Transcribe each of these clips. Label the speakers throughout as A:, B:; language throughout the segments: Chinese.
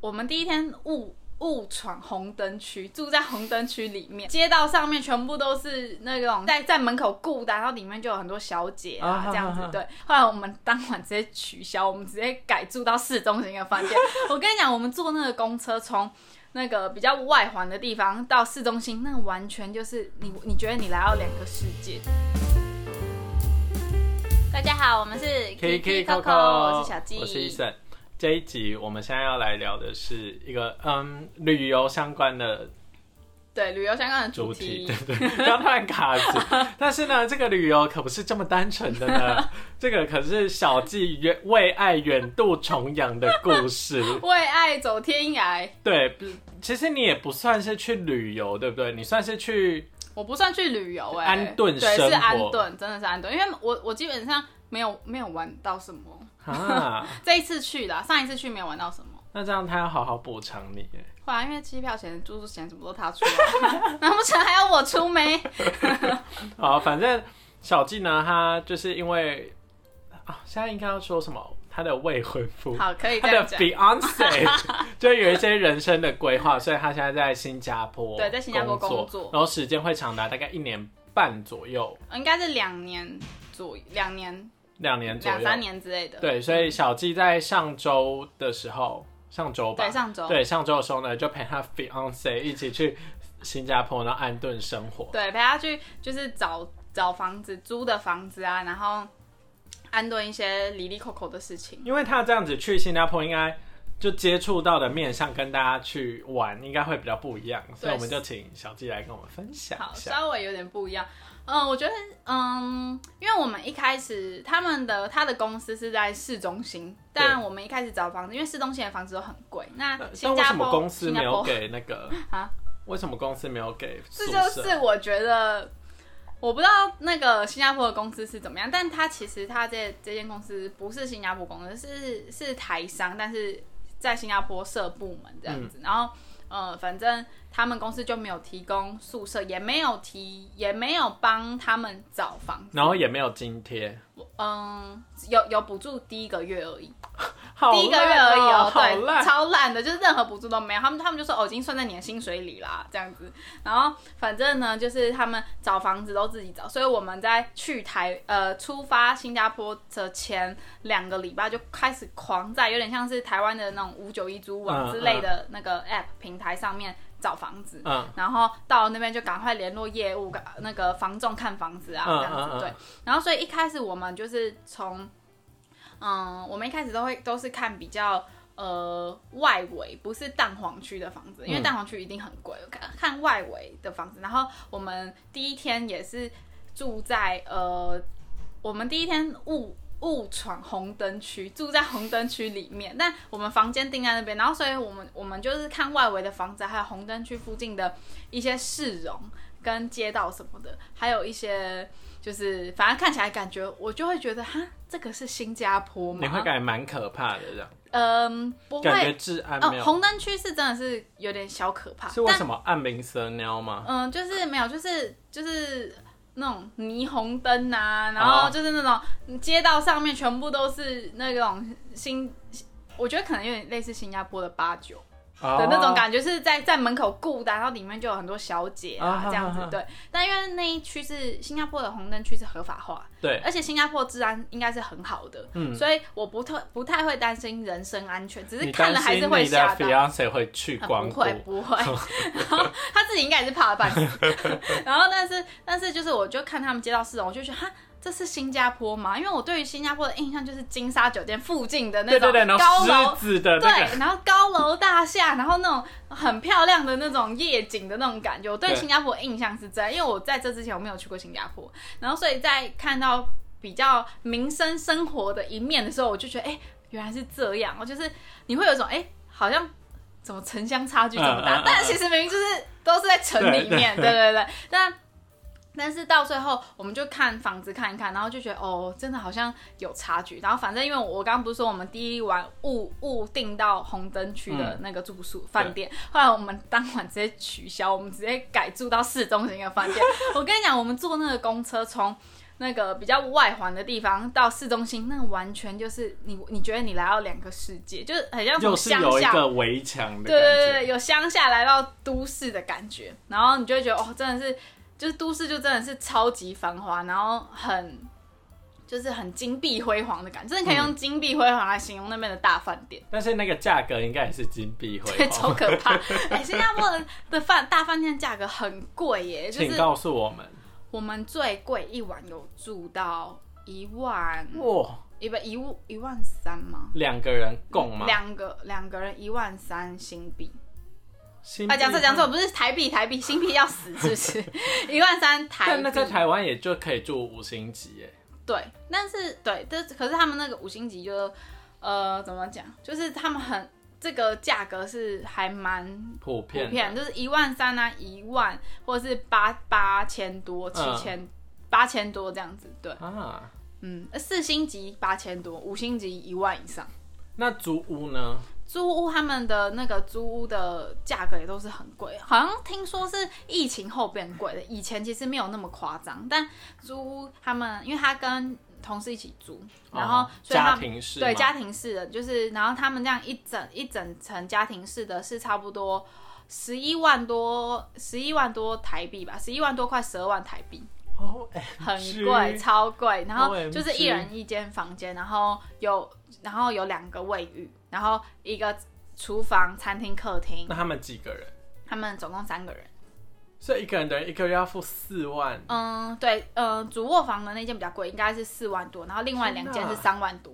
A: 我们第一天误误闯红灯区，住在红灯区里面，街道上面全部都是那种在在门口顾的，然后里面就有很多小姐
B: 啊
A: 啊
B: 哈
A: 这样
B: 哈
A: 子。对，后来我们当晚直接取消，我们直接改住到市中心的饭 店。我跟你讲，我们坐那个公车从。那个比较外环的地方到市中心，那完全就是你，你觉得你来到两个世界。大家好，我们是
B: K K
A: Coco，
B: Coco，
A: 我是小鸡，
B: 我是 Eason。这一集我们现在要来聊的是一个嗯旅游相关的
A: 对，旅游相关的主
B: 主
A: 题。
B: 题，对对，不要突然卡住。 但是呢，这个旅游可不是这么单纯的呢，这个可是小纪远为爱远渡重洋的故事。
A: 为爱走天涯，
B: 对，不其实你也不算是去旅游，对不对？你算是去
A: 我不算去旅游哎、
B: 安顿
A: 对，
B: 生
A: 是
B: 活
A: 安顿，真的是安顿，因为我我基本上没有没有玩到什么，
B: 啊，
A: 这一次去啦，上一次去没有玩到什么，
B: 那这样他要好好补偿你耶。
A: 后来因为机票钱、住宿钱什么都他出啊， 难不成还要我出没？
B: 好，反正小纪呢，他就是因为啊，现在应该要说什么？他的未婚夫，
A: 好，可以
B: 他
A: 这样
B: 的
A: 讲。
B: Beyonce 就有一些人生的规划，所以他现在在新加坡，
A: 对在新加坡工
B: 工
A: 作
B: 然后时间会长达大概一年半左右，
A: 应该是两年左两年
B: 两年左右，
A: 两三。年之类的。
B: 对，所以小纪在上周的时候，上周吧，
A: 对，上周
B: 对上周的时候呢，就陪他 Beyonce 一起去新加坡，然后安顿生活。
A: 对，陪他去就是找找房子、租的房子啊，然后安顿一些离离扣扣的事情。
B: 因为他这样子去新加坡，应该就接触到的面向跟大家去玩，应该会比较不一样，所以我们就请小纪来跟我们分享
A: 好，
B: 一下。
A: 稍微有点不一样。嗯，我觉得，嗯，因为我们一开始他们的他的公司是在市中心，但我们一开始找房子，因为市中心的房子都很贵。那
B: 那呃但
A: 新
B: 为
A: 加
B: 什么
A: 坡，
B: 公司
A: 新加
B: 没有
A: 坡
B: 给那个
A: 啊？
B: 为什么公司没有给宿
A: 这
B: 舍？
A: 就是我觉得，我不知道那个新加坡的公司是怎么样，但它其实它这这间公司不是新加坡公司，是是台商，但是在新加坡设部门这
B: 嗯
A: 样子。然后呃，反正他们公司就没有提供宿舍，也没有提，也没有帮他们找房。
B: 然后也没有津贴，
A: 嗯，有有补助第一个月而已，
B: 好
A: 第一个月而已
B: 烂哦，好
A: 对，
B: 烂。
A: 超烂的，就是任何补助都没有。他们他们就说哦，已经算在你的薪水里啦，这样子。然后反正呢，就是他们找房子都自己找，所以我们在去台呃出发新加坡的前两个礼拜就开始狂在，有点像是台湾的那种五九一租网
B: 嗯
A: 之类的那个 app 平台上面找房子。
B: 嗯，
A: 然后到那边就赶快联络业务，赶那个房仲看房子啊，
B: 嗯
A: 这样
B: 嗯嗯
A: 子对。然后所以一开始我们就是从，嗯，我们一开始都会都是看比较呃外围，不是蛋黄区的房子，因为
B: 嗯
A: 蛋黄区一定很贵，看看外围的房子。然后我们第一天也是住在呃，我们第一天误。误闯红灯区，住在红灯区里面，但我们房间定在那边，然后所以我们我们就是看外围的房子，还有红灯区附近的一些市容跟街道什么的，还有一些就是反正看起来感觉我就会觉得哈，这个是新加坡吗？
B: 你会感觉蛮可怕的，这样
A: 嗯，不
B: 感觉
A: 会
B: 治安
A: 哦
B: 没，有。
A: 红灯区是真的是有点小可怕，
B: 是为
A: 但哦
B: 什么暗灵蛇喵吗？
A: 嗯，就是没有，就是就是那种霓虹灯啊，然后
B: 哦
A: 就是那种街道上面全部都是那种新，我觉得可能有点类似新加坡的八九。
B: 的
A: 的那
B: 哦
A: 种感觉，是在在门口顾的，然后里面就有很多小姐
B: 啊
A: 啊
B: 哈
A: 这样
B: 哈
A: 子。对，但因为那一区是新加坡的红灯区是合法化，
B: 对，
A: 而且新加坡治安应该是很好的，
B: 嗯
A: 所以我不特不太会担心人身安全，只是
B: 你
A: 看
B: 担
A: 了还
B: 心
A: 是会
B: 你的
A: 吓到。
B: fiance 会去
A: 啊
B: 光
A: 不
B: 顾
A: 会不会，然后他自己应该也是怕的半死。 然后但是但是就是我就看他们街道市容，我就觉得哈。这是新加坡吗？因为我对于新加坡的印象就是金沙酒店附近的那
B: 对
A: 种
B: 对对，然
A: 高
B: 后
A: 楼
B: 狮子的那个
A: 对，然后高楼大厦，然后那种很漂亮的那种夜景的那种感觉，我对
B: 对
A: 新加坡的印象是这样，因为我在这之前我没有去过新加坡，然后所以在看到比较民生生活的一面的时候，我就觉得，哎、原来是这样，哦，就是你会有一种，哎、好像怎么城乡差距这么
B: 嗯嗯
A: 大
B: 嗯，
A: 但其实明明就是都是在城里面，对对对，但。但是到最后，我们就看房子看一看，然后就觉得哦，真的好像有差距。然后反正因为我刚刚不是说我们第一晚误误订到红灯区的那个住宿饭店，嗯后来我们当晚直接 取消，我们直接改住到市中心的饭店。我跟你讲，我们坐那个公车从。那个比较外环的地方到市中心，那完全就是你你觉得你来到两个世界，就是很像从
B: 又是
A: 乡
B: 有一
A: 下，
B: 个围墙的
A: 对
B: 感
A: 对
B: 觉。
A: 对，有乡下来到都市的感觉，然后你就会觉得哦，真的是就是都市就真的是超级繁华，然后很就是很金碧辉煌的感觉，真的可以用金碧辉煌来形容那边的大饭 店。
B: 但是那个价格应该也是金碧辉
A: 对，超
B: 煌。
A: 可怕！哎、新加坡的的饭大饭店价格很贵耶，就
B: 请
A: 是
B: 告诉我们，
A: 我们最贵一晚有住到一万，
B: 哇，
A: 一不一万一万三吗？
B: 两个人共吗？
A: 两个两个人一万三新币
B: 新
A: 啊，
B: 币
A: 讲错讲错，不是台币台币，新币要死是不 是？一万三台币，
B: 但那在台湾也就可以住五星级耶，
A: 对，但是对，但是可是他们那个五星级就呃怎么讲，就是他们很这个价格是还蛮
B: 普
A: 普
B: 遍的
A: 遍就是一万三啊，一万或者是八八千多、
B: 嗯
A: 七千、八千多这样子。对，
B: 啊。
A: 嗯，呃四星级八千多，五星级一万以上。
B: 那租屋呢？
A: 租屋他们的那个租屋的价格也都是很贵，好像听说是疫情后变贵的，以前其实没有那么夸张。但租屋他们，因为他跟同事一起租，然后
B: 哦
A: 所以他
B: 家
A: 们
B: 庭式
A: 对
B: 吗
A: 家庭式的，就是然后他们这样一整一整层家庭式的是差不多十一万多，十一万多台币吧，十一万多块十二万台币，
B: 哦，
A: 很
B: OMG
A: 贵，超贵。然后
B: OMG
A: 就是一人一间房间，然后有然后有两个卫浴，然后一个厨房、餐厅、客厅，
B: 那他们几个人？
A: 他们总共三个人。
B: 所以一个人等于一个月要付四万，
A: 嗯，对，嗯，主卧房的那间比较贵，应该是四万多，然后另外两间是
B: 天
A: 三万多，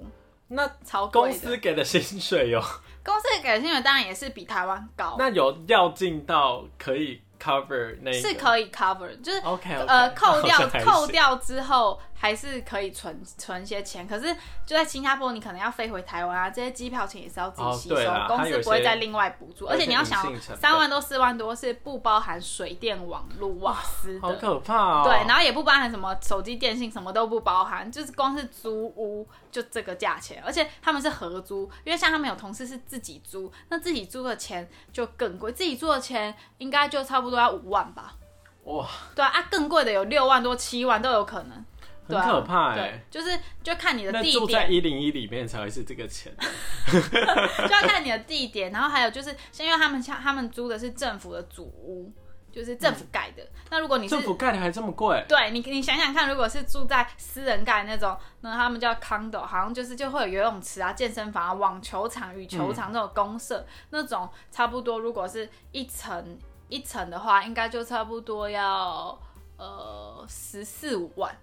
B: 那
A: 超贵
B: 公
A: 的。
B: 司给的薪水有，
A: 公司的给薪水当然也是比台湾高，
B: 那有要进到可以 cover 那一个
A: 是可以 cover，就是
B: OK，,
A: 呃 扣掉扣
B: 掉，
A: 掉之后还是可以存存些钱，可是就在新加坡，你可能要飞回台湾啊，这些机票钱也是要自己
B: 哦
A: 吸收，
B: 对啦
A: 公
B: 它有
A: 司
B: 一
A: 不会
B: 些
A: 再另外补助，而且你要想哦
B: 有一些隐性成本
A: 三万多四万多是不包含水电网络瓦斯
B: 好
A: 的。
B: 可怕哦。
A: 对，然后也不包含什么手机、电信，什么都不包含，就是光是租屋就这个价钱，而且他们是合租，因为像他们有同事是自己租，那自己租的钱就更贵，自己租的钱应该就差不多要五万吧。
B: 哇，
A: 对啊，啊更贵的有六万多、七万都有可能。对
B: 很
A: 啊
B: 可怕
A: 对
B: 哎。，
A: 就是就看你的
B: 那
A: 地
B: 住在
A: 点，
B: 一零一里面才会是这个钱，
A: 就要看你的地点，然后还有就是，像因为他们像他们租的是政府的主屋，就是政
B: 嗯
A: 府盖的。那如果你是
B: 政府盖的还这么贵，
A: 对你，你想想看，如果是住在私人盖那种，那他们叫 condo，好像就是就会有游泳池啊、健身房啊、网球场、羽球场那种公社、那种，差不多如果是一层一层的话，应该就差不多要呃十四五万。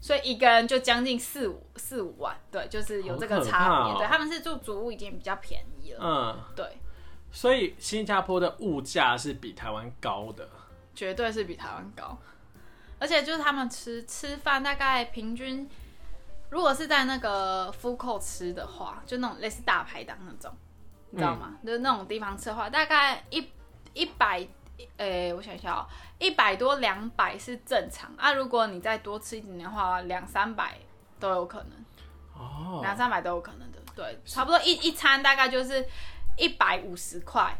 A: 所以一个人就将近四五四五万，对，就是有这个
B: 好可
A: 差
B: 怕
A: 别。
B: 哦
A: 对，他们是住主屋已经比较便宜了，
B: 嗯，
A: 对，
B: 所以新加坡的物价是比台湾高的。
A: 绝对是比台湾高。而且就是他们吃吃饭，大概平均，如果是在那个 f o o d court 吃的话，就那种类似大排档那种，你知道吗？就是那种地方吃的话，大概一一百，诶、我想一下哦、一百多两百是正常啊。如果你再多吃一点的话，两三百都有可能，
B: 哦，
A: 两三百都有可能的。对，差不多一一餐大概就是一百五十块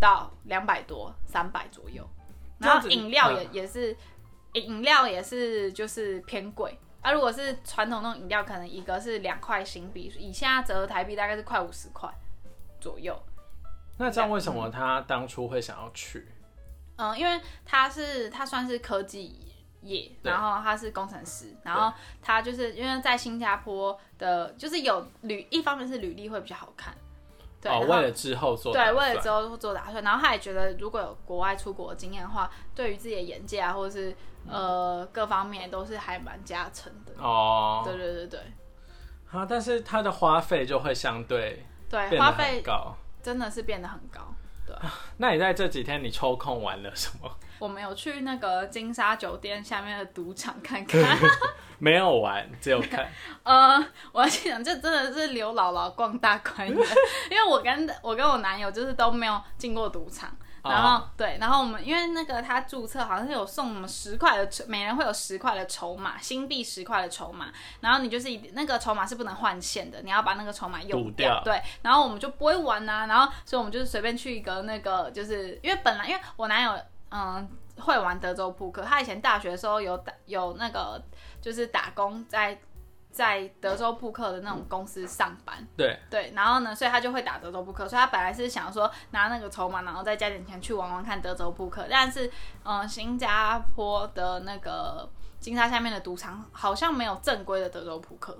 A: 到两百多、三百左右。
B: 这样
A: 然
B: 子
A: 后
B: 嗯
A: 饮料也、也是，饮料也是就是偏贵。啊，如果是传统那种饮料，可能一个是两块新币，以现在折合台币大概是快五十块左右。
B: 那这样为什么他当初会想要去？
A: 嗯，因为他是他算是科技业，
B: 对
A: 然后他是工程师，然后他就是因为在新加坡的，就是有履一方面是履历会比较好看，对，
B: 哦，
A: 然后
B: 为了之后做打
A: 对，
B: 算，
A: 为了之后做打算，然后他也觉得如果有国外出国的经验的话，对于自己的眼界啊，或者是呃各方面都是还蛮加成的。对
B: 哦，
A: 对对对
B: 啊，但是他的花费就会相对
A: 对，
B: 变
A: 花
B: 得很
A: 费
B: 高。
A: 真的是变得很高。对，
B: 那你在这几天你抽空玩了什么？
A: 我们有去那个金沙酒店下面的赌场看 看。
B: 没有玩，只有看。
A: 呃，我要先讲，这真的是刘姥姥逛大观 园，因为我跟我跟我男友就是都没有进过赌场。 然后、
B: 哦
A: 对，然后我们因为那个他注册好像是有送我们十块的筹，每人会有十块的筹码，新币十块的筹码，然后你就是一定那个筹码是不能换现的，你要把那个筹码用
B: 赌掉
A: 对，然啊后我们就不会玩呐、然后所以我们就是随便去一个那个，就是因为本来因为我男友。嗯会玩德州扑克，他以前大学的时候有打有那个就是打工在在德州扑克的那种公司上班，
B: 对，
A: 对，然后呢，所以他就会打德州扑克，所以他本来是想说拿那个筹码，然后再加点钱去玩玩看德州扑克，但是，嗯、新加坡的那个金沙下面的赌场好像没有正规的德州扑克，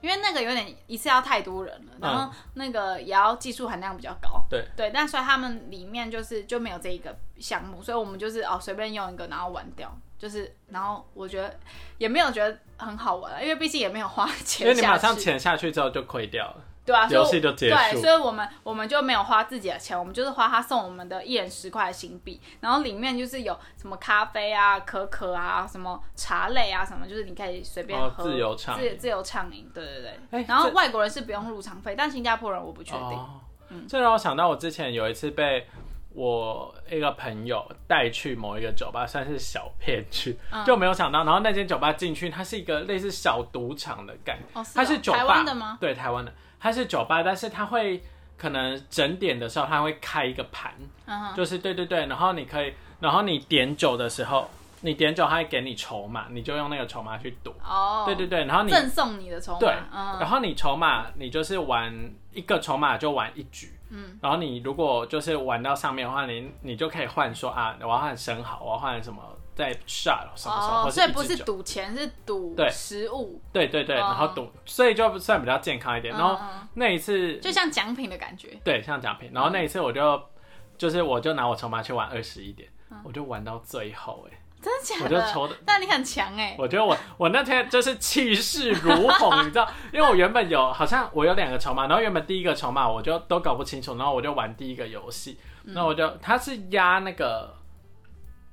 A: 因为那个有点一次要太多人了，然
B: 嗯
A: 后那个也要技术含量比较高，
B: 对
A: 对，但所以他们里面就是就没有这一个项目，所以我们就是哦随便用一个然后玩掉。就是，然后我觉得也没有觉得很好玩啊，因为毕竟也没有花钱
B: 因为你
A: 下
B: 马上
A: 去
B: 钱下去之后就亏掉了。
A: 对啊，所以
B: 游戏就结束
A: 对，所以我们我们就没有花自己的钱，我们就是花他送我们的一人十块的新币，然后里面就是有什么咖啡啊、可可啊、什么茶类啊，什么就是你可以随便
B: 哦
A: 喝，
B: 自由畅饮
A: 自自由畅饮，对对对。
B: 哎
A: 然后
B: 这
A: 外国人是不用入场费，但新加坡人我不确定。嗯
B: 哦，这让我想到我之前有一次被我一个朋友带去某一个酒吧，算是小片区，
A: 嗯
B: 就没有想到。然后那间酒吧进去，它是一个类似小赌场的感觉，
A: 哦，是
B: 它
A: 哦
B: 是酒吧
A: 台湾的吗？
B: 对，台湾的，它是酒吧，但是它会可能整点的时候，它会开一个盘，
A: 嗯哼，
B: 就是对对对，然后你可以，然后你点酒的时候，你点酒，它会给你筹码，你就用那个筹码去赌。
A: 哦，
B: 对对对，然后你
A: 赠送你的筹码，
B: 对，
A: 嗯
B: 然后你筹码你就是玩一个筹码就玩一局，嗯，然后你如果就是玩到上面的话，你你就可以换说啊，我要换生蚝，我要换什么再 shot 什么什么，
A: 哦
B: 或，
A: 所
B: 是
A: 以不
B: 一支
A: 是
B: 酒，
A: 赌钱，是赌
B: 对
A: 食物，
B: 对对对，然后
A: 哦
B: 赌，所以就算比较健康一点。然后
A: 嗯嗯嗯
B: 那一次
A: 就像奖品的感觉。
B: 对像奖品，然后那一次我就就是我就拿我筹码去玩二十一点，
A: 嗯
B: 我就玩到最后哎、
A: 真的假的？
B: 我就抽的
A: 但你很强哎、
B: 我觉得我我那天就是气势如虹，你知道，因为我原本有好像我有两个筹码，然后原本第一个筹码我就都搞不清楚，然后我就玩第一个游戏，
A: 嗯
B: 那我就它是压那个，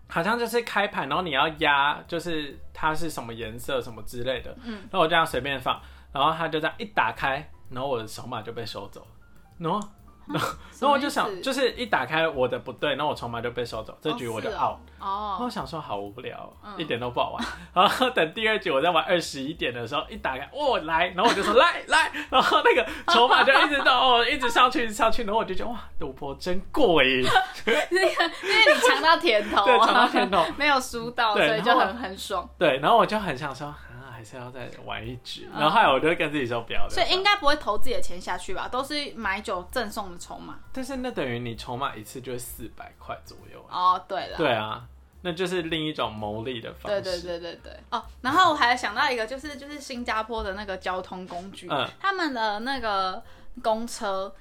B: 好像就是开盘，然后你要压就是它是什么颜色什么之类的，嗯，然后我这样随便放，然后它就这样一打开，然后我的筹码就被收走了，然后
A: 什
B: 然后
A: 么
B: 我
A: 意思
B: 就想就是一打开我的不对，然后我筹码就被收走，这局我就 out
A: 哦是。
B: 然后
A: 哦，
B: 我想说好无聊哦，
A: 嗯
B: 一点都不好玩。 然后等第二局我在玩二十一点的时候，一打开，哦来，然后我就说 来来，然后那个筹码就一直到哦一直上去一直上去，然后我就觉得哇赌博真 过 瘾，
A: 因为因为你尝到甜头、啊，
B: 对，尝到甜头。
A: 没有输到，
B: 对
A: 所以就
B: 然后
A: 很很爽。
B: 对，然后我就很想说啊还是要再玩一局，然后后来我就跟自己说不要了。
A: 嗯所以应该不会投自己的钱下去吧？都是买酒赠送的筹码。
B: 但是那等于你筹码一次就是四百块左右啊，
A: 哦，对了，
B: 对啊，那就是另一种牟利的方
A: 对
B: 式。
A: 对对对对。哦，然后我还想到一个，就是就是新加坡的那个交通工具，
B: 嗯
A: 他们的那个公车。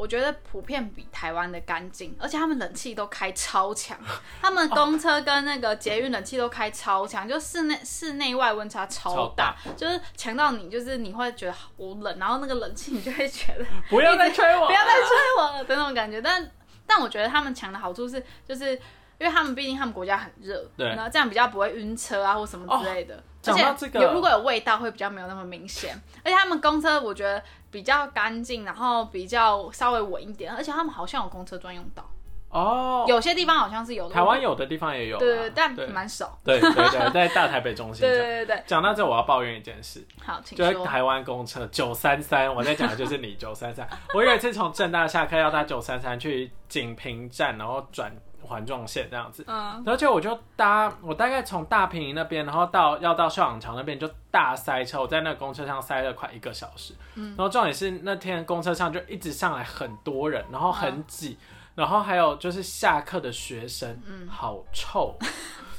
A: 我觉得普遍比台湾的干净，而且他们冷气都开超强， 他
B: 哦
A: 们公车跟那个捷运冷气都开超强，就室内室内外温差超
B: 超
A: 大
B: 大，
A: 就是强到你就是你会觉得好冷，然后那个冷气你就会觉得
B: 不要再吹我了，
A: 不要再催我了的那种感觉。但但我觉得他们强的好处是，就是因为他们毕竟他们国家很热，
B: 对哦
A: 然后这样比较不会晕车啊或什么之类的。而
B: 讲
A: 且
B: 到这个
A: 有如果有味道会比较没有那么明显，而且他们公车我觉得比较干净，然后比较稍微稳一点，而且他们好像有公车专用道，
B: 哦。
A: 有些地方好像是有的。
B: 台湾有的地方也有啊，
A: 对对对，但
B: 对
A: 蛮少。
B: 对对对，在大台北中心
A: 对对
B: 讲。
A: 对对，
B: 讲到这，我要抱怨一件事，
A: 好，请
B: 就是
A: 说。
B: 台湾公车九三三，我在讲的就是你九三三。我有一次从正大下课要搭九三三去锦屏站，然后转环状线这样子，
A: 嗯，
B: 然后就我就搭，我大概从大坪那边，然后到要到秀朗桥那边就大塞车，我在那个公车上塞了快一个小时。嗯，然后重点是那天公车上就一直上来很多人，
A: 嗯
B: 然后很挤，然后还有就是下课的学生，嗯，好 臭，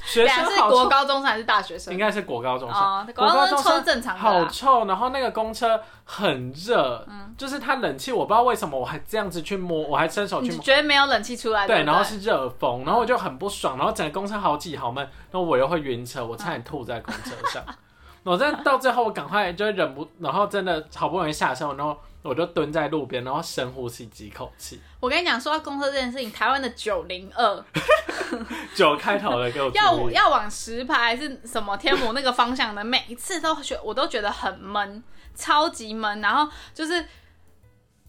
B: 学
A: 俩
B: 生
A: 是
B: 好臭
A: 国。高中生还是大学生
B: 应？该是国高中生，
A: 哦
B: 国
A: 国高中
B: 中
A: 超正常的啦嗯
B: 好臭，然后那个公车很热，就是它冷气，我不知道为什么我还这样子去摸，我还伸手去
A: 你
B: 摸，
A: 觉得没有冷气出来？对
B: 对，
A: 不对，嗯
B: 然后是热风，然后我就很不爽，然后整个公车好挤好闷，然后我又会晕车，我差点吐在公车上。 我真的到最后，我赶快就忍不，然后真的好不容易下车，然后我就蹲在路边，然后深呼吸几口气，
A: 我跟你讲，说到公车这件事情，台湾的九零二
B: 九开头的给我注
A: 要我
B: 意
A: 要往石牌还是什么天母那个方向的，每一次都觉我都觉得很闷，超级闷。然后就是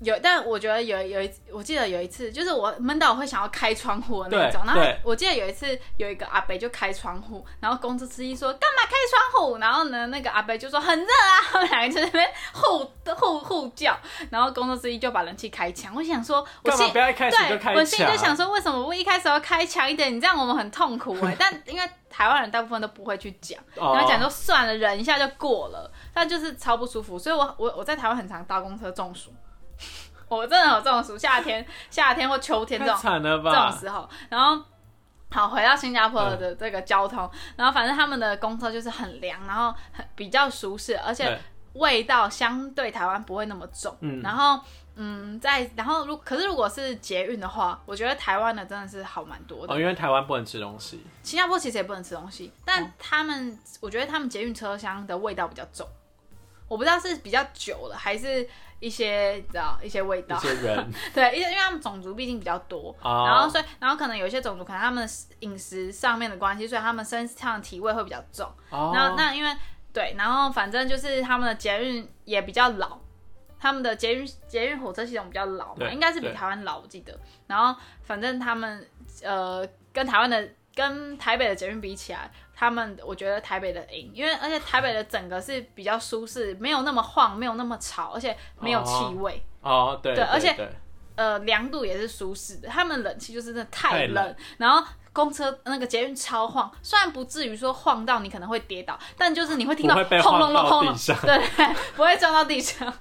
A: 有，但我觉得有有一次，我记得有一次，就是我闷到我会想要开窗户的那
B: 对
A: 种。然后
B: 对
A: 我记得有一次有一个阿伯就开窗户，然后公司司机说干嘛开窗户？然后呢，那个阿伯就说很热啊， 他们两个就在那边互互互叫，然后公司司机就把冷气开强。我想说，我
B: 干嘛
A: 心
B: 不要一开始就开
A: 对，我心里就想
B: 抢？
A: 说，为什么不一开始要开强一点？你这样我们很痛苦 哎、但因为台湾人大部分都不会去讲。
B: 哦
A: 然后讲说算了，忍一下就过了，但就是超不舒服。所以我我我在台湾很常搭公车中暑， 我真的有中暑，夏天夏天或秋天这
B: 太
A: 种
B: 惨了
A: 这种
B: 吧？
A: 时候，然后。好，回到新加坡的这个交
B: 嗯
A: 通，然后反正他们的公车就是很凉，然后很比较舒适，而且
B: 对
A: 味道相对台湾不会那么重。
B: 嗯
A: 然后嗯，在然后如可是如果是捷运的话，我觉得台湾的真的是好蛮多的。
B: 哦，因为台湾不能吃东西，
A: 新加坡其实也不能吃东西，
B: 哦
A: 但他们、我觉得他们捷运车厢的味道比较重，我不知道是比较久了，还是一些你知道一些味
B: 一
A: 道，
B: 些人
A: 对，因为因为他们种族毕竟比较多，
B: 哦
A: 然后所以然后可能有一些种族可能他们饮食上面的关系，所以他们身上的体味会比较重。
B: 哦，
A: 那那因为对，然后反正就是他们的捷运也比较老，他们的捷运捷运火车系统比较老嘛，
B: 对
A: 应该是比
B: 对
A: 台湾老，我记得。然后反正他们呃跟台湾的跟台北的捷运比起来，他们我觉得台北的赢，因为而且台北的整个是比较舒适，没有那么晃，没有那么吵，而且没有气味。
B: 哦，对
A: 对而且
B: 对
A: 呃，凉度也是舒适的，他们冷气就是真的太
B: 太
A: 冷，
B: 冷
A: 然后公车那个捷运超晃，虽然不至于说晃到你可能会跌倒，但就是你会听到
B: 不会被
A: 轰
B: 晃
A: 隆隆
B: 到
A: 轰隆
B: 地上，
A: 对 对，不会撞到地上，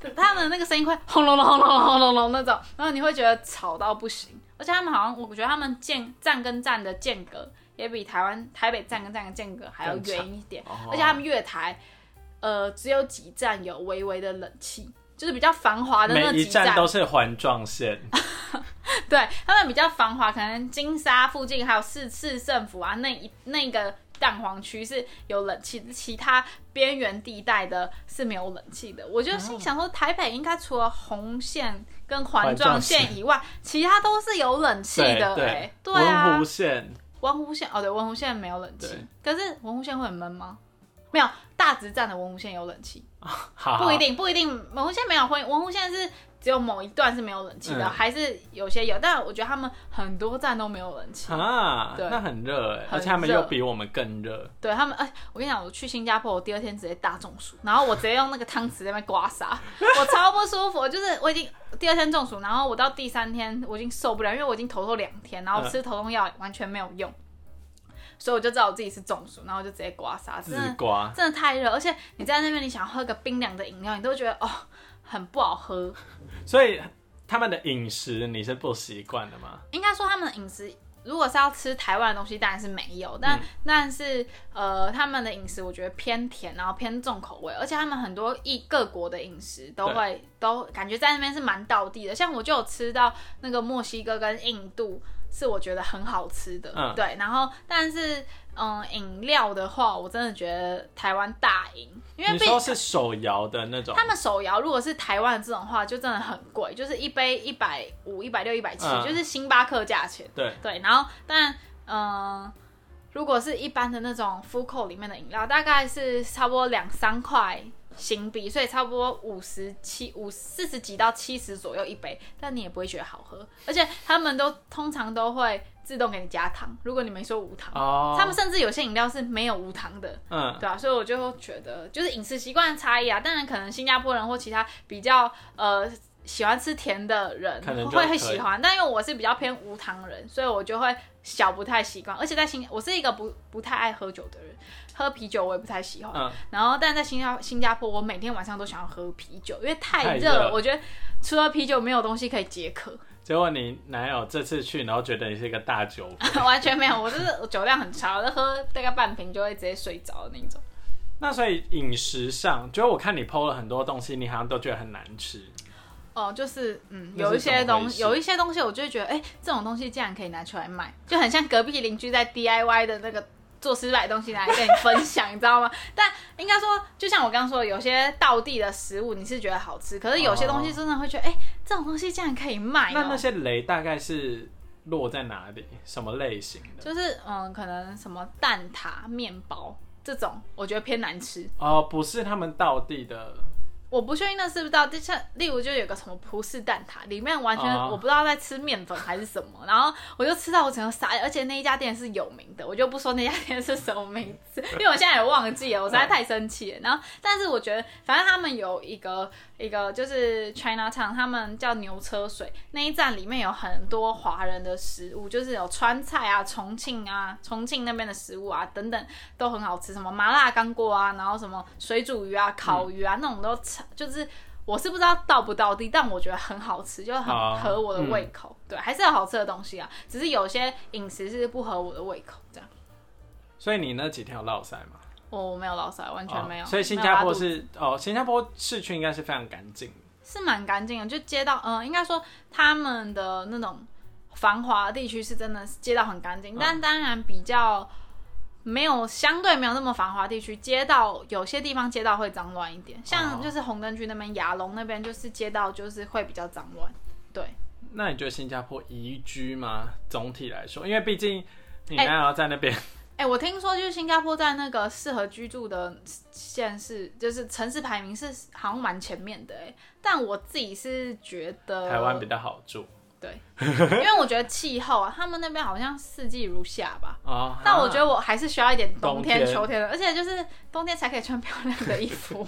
A: 就是他们那个声音会轰隆隆轰隆隆轰隆隆那种，然后你会觉得吵到不行，而且他们好像我觉得他们间站跟站的间隔也比台湾台北站跟站的间隔还要
B: 更长
A: 远一点，
B: 哦
A: 而且他们月台呃只有几站有微微的冷气。就是比较繁华的那
B: 每
A: 几
B: 一站都是环状线，
A: 啊对他们比较繁华，可能金沙附近还有市市政府啊那一那个蛋黄区是有冷气，其他边缘地带的是没有冷气的。我就心
B: 哦
A: 想说，台北应该除了红线跟环状
B: 环
A: 线
B: 状
A: 以外，其他都是有冷气
B: 对
A: 的、
B: 对
A: 哎，对
B: 文
A: 啊
B: 湖，线
A: 文湖线哦，对，文湖线没有冷气
B: 对，
A: 可是文湖线会很闷吗？没有，大直站的文湖线有冷气。
B: 好
A: 不一定，不一定。文湖线没有会，文湖线是只有某一段是没有冷气的，
B: 嗯
A: 还是有些有，但我觉得他们很多站都没有冷气。
B: 啊，
A: 对
B: 那很热哎，
A: 很
B: 而且他们
A: 热
B: 又比我们更热，
A: 对他们，哎、我跟你讲，我去新加坡，我第二天直接大中暑，然后我直接用那个汤匙在那边刮痧，我超不舒服，我就是我已经第二天中暑，然后我到第三天我已经受不了，因为我已经头痛两天，然后吃头痛药完全没有用，所以我就知道我自己是中暑，然后我就直接刮痧，真
B: 自
A: 的
B: 刮
A: 真的太热，而且你在那边你想喝个冰凉的饮料，你都觉得哦很不好喝，
B: 所以他们的饮食你是不习惯的吗？
A: 应该说他们的饮食，如果是要吃台湾的东西，当然是没有，但、
B: 嗯
A: 但是呃，他们的饮食我觉得偏甜，然后偏重口味，而且他们很多异各国的饮食都会都感觉在那边是蛮道地的，像我就有吃到那个墨西哥跟印度是我觉得很好吃的，
B: 嗯
A: 对，然后但是嗯，饮料的话，我真的觉得台湾大赢，因为
B: 你
A: 毕
B: 说是手摇的那种
A: 他们手摇如果是台湾的这种话，就真的很贵，就是一杯一百五、一百六、一百七，
B: 嗯
A: 就是星巴克价钱。
B: 对
A: 对，然后但嗯、呃如果是一般的那种 f o o d c o 里面的饮料，大概是差不多两三块新币，所以差不多五十七、五四十几到七十左右一杯，但你也不会觉得好喝，而且他们都通常都会自动给你加糖，如果你没说无糖。
B: 哦，
A: 他们甚至有些饮料是没有无糖的，
B: 嗯
A: 对啊，所以我就觉得就是饮食习惯的差异啊，当然可能新加坡人或其他比较呃喜欢吃甜的人
B: 可能就
A: 会
B: 可
A: 会
B: 以
A: 喜欢，但因为我是比较偏无糖人，所以我就会小不太习惯，而且在新我是一个不不太爱喝酒的人，喝啤酒我也不太喜欢，
B: 嗯，
A: 然后但在新加新加坡，我每天晚上都想要喝啤酒，因为太
B: 太
A: 热了，
B: 热
A: 我觉得除了啤酒没有东西可以解渴，
B: 结果你男友这次去，然后觉得你是一个大酒鬼
A: 完全没有，我就是我酒量很差，我就喝大概半瓶就会直接睡着的那种。
B: 那所以饮食上，就是我看你 PO 了很多东西，你好像都觉得很难吃。
A: 哦，就是嗯，
B: 那
A: 有一
B: 是怎么
A: 些东
B: 回事
A: 有一些东西，我就会觉得，哎、这种东西竟然可以拿出来卖，就很像隔壁邻居在 DIY 的那个做失败的东西拿来跟你分 享，你知道吗？但应该说，就像我刚刚说的，有些道地的食物你是觉得好吃，可是有些东西真的会觉得，哎、这种东西竟然可以卖、
B: 哦那那
A: 哦。
B: 些雷大概是落在哪里？什么类型的？
A: 就是嗯，可能什么蛋挞、面包这种，我觉得偏难吃。
B: 哦，不是他们道地的
A: 我不确定那是不是到，就像例如就有个什么葡式蛋挞，里面完全
B: 哦
A: 我不知道在吃面粉还是什么，然后我就吃到我整个傻眼，而且那一家店是有名的，我就不说那家店是什么名字，因为我现在也忘记了，我实在太生气了。然后，但是我觉得反正他们有一个一个就是 China Town，他们叫牛车水那一站里面有很多华人的食物，就是有川菜啊、重庆啊、重庆那边的食物啊等等都很好吃，什么麻辣干锅啊，然后什么水煮鱼啊、
B: 嗯
A: 烤鱼啊、那种都超就是。我是不知道到不到地，但我觉得很好吃，就很
B: 哦
A: 合我的胃口。对，还是有好吃的东西啊，只是有些饮食是不合我的胃口这样。哦
B: 所以你那几天有落塞吗？
A: 我没有老塞，完全没有。
B: 哦所以新
A: 没有
B: 加
A: 拉
B: 坡
A: 肚子
B: 是哦，新加坡市区应该是非常干净的。
A: 是蛮干净的，就街道，嗯、应该说他们的那种繁华地区是真的是街道很干净，
B: 嗯
A: 但当然比较没有相对没有那么繁华地区，街道有些地方街道会脏乱一点，像
B: 哦
A: 就是红灯区那边、亚龙那边，就是街道就是会比较脏乱。对，
B: 那你觉得新加坡宜居吗？总体来说，因为毕竟你还要在那边、
A: 哎、我听说就是新加坡在那个适合居住的县市，就是城市排名是好像蛮前面的哎、但我自己是觉得
B: 台湾比较好 住
A: 对，因为我觉得气候啊，他们那边好像四季如夏吧。
B: 哦。
A: 但我
B: 啊
A: 觉得我还是需要一点冬天、
B: 冬天
A: 秋天的，而且就是冬天才可以穿漂亮的衣 服。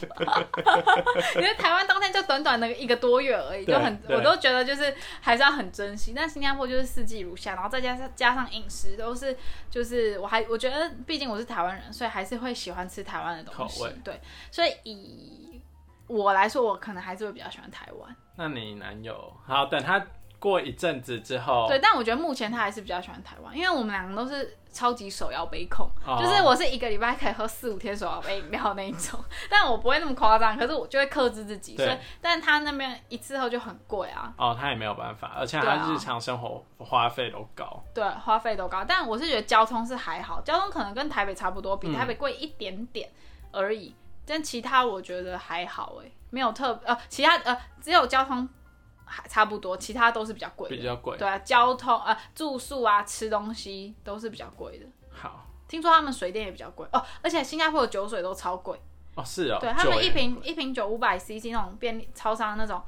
A: 因为台湾冬天就短短的一个多月而已，
B: 对
A: 就很
B: 对
A: 我都觉得就是还是要很珍惜。但新加坡就是四季如夏，然后再加上加上饮食都是就是我还我觉得毕竟我是台湾人，所以还是会喜欢吃台湾的东西
B: 口味。
A: 对，所以以我来说，我可能还是会比较喜欢台湾。
B: 那你男友好，等他过一阵子之后，
A: 对，但我觉得目前他还是比较喜欢台湾，因为我们两个都是超级手摇杯控，
B: 哦
A: 就是我是一个礼拜可以喝四五天手摇杯饮料那一种， 但我不会那么夸张，可是我就会克制自己。
B: 对
A: 所以，但他那边一次后就很贵啊，
B: 哦，他也没有办法，而且
A: 对
B: 他
A: 啊
B: 日常生活花费都高。
A: 对，花费都高。但我是觉得交通是还好，交通可能跟台北差不多，比
B: 嗯
A: 台北贵一点点而已。但其他我觉得还好哎、没有特呃，其他呃只有交通还差不多，其他都是比较贵的。
B: 比较贵
A: 对啊，交通呃住宿啊吃东西都是比较贵的。
B: 好
A: 听说他们水电也比较贵哦，而且新加坡的酒水都超贵，
B: 哦，是哦，
A: 对他们
B: 酒也
A: 一瓶一瓶酒五百 CC 那种便利超商那种，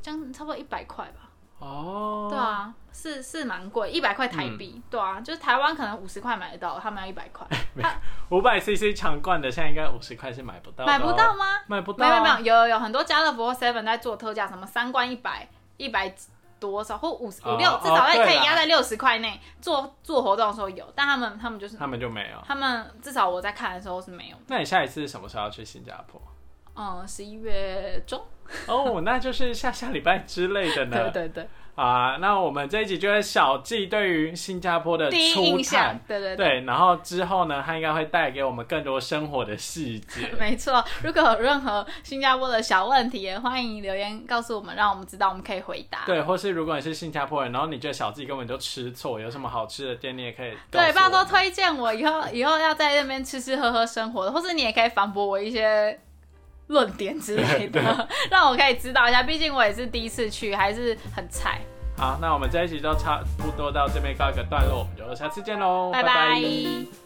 A: 将差不多一百块吧。
B: 哦，
A: 对啊，是是蛮贵，一百块台币。
B: 嗯
A: 对啊，就是台湾可能五十块买得到，他们要一百块，
B: 五百 CC 常灌的，现在应该五十块是买不到，哦
A: 买不到，吗？
B: 买不到
A: 没有
B: 啊，
A: 没有没有有有很多家乐福或 Seven 在做特价，什么三罐一百一百多少或五十
B: 哦
A: 五六，至少
B: 哦
A: 在可
B: 对
A: 以
B: 啦
A: 压在六十块内做做活动的时候有，但他们他们就是
B: 他们就没有。
A: 他们至少我在看的时候是没有的。
B: 那你下一次什么时候要去新加 坡？
A: 嗯，十一月中，
B: 哦，那就是下下礼拜之类的呢。
A: 对对对。
B: 啊，那我们这一集就是小季对于新加坡的
A: 第一
B: 初
A: 印象
B: 探，，
A: 对对对。。
B: 对，然后之后呢，他应该会带给我们更多生活的细节
A: 没错，如果有任何新加坡的小问题，也欢迎留言告诉我们，让我们知道，我们可以回答。
B: 对，或是如果你是新加坡人，然后你觉得小季根本就吃错，有什么好吃的店，你也可以告
A: 对，
B: 诉
A: 拜
B: 我
A: 托
B: 们。
A: 推荐我以后以后要在那边吃吃喝喝生活的，或是你也可以反驳我一些论点之类 的， 让我可以知道一下。毕竟我也是第一次去，还是很菜。
B: 好，那我们这一集就差不多到这边告一个段落，我们就下次见喽，
A: 拜
B: 拜
A: 拜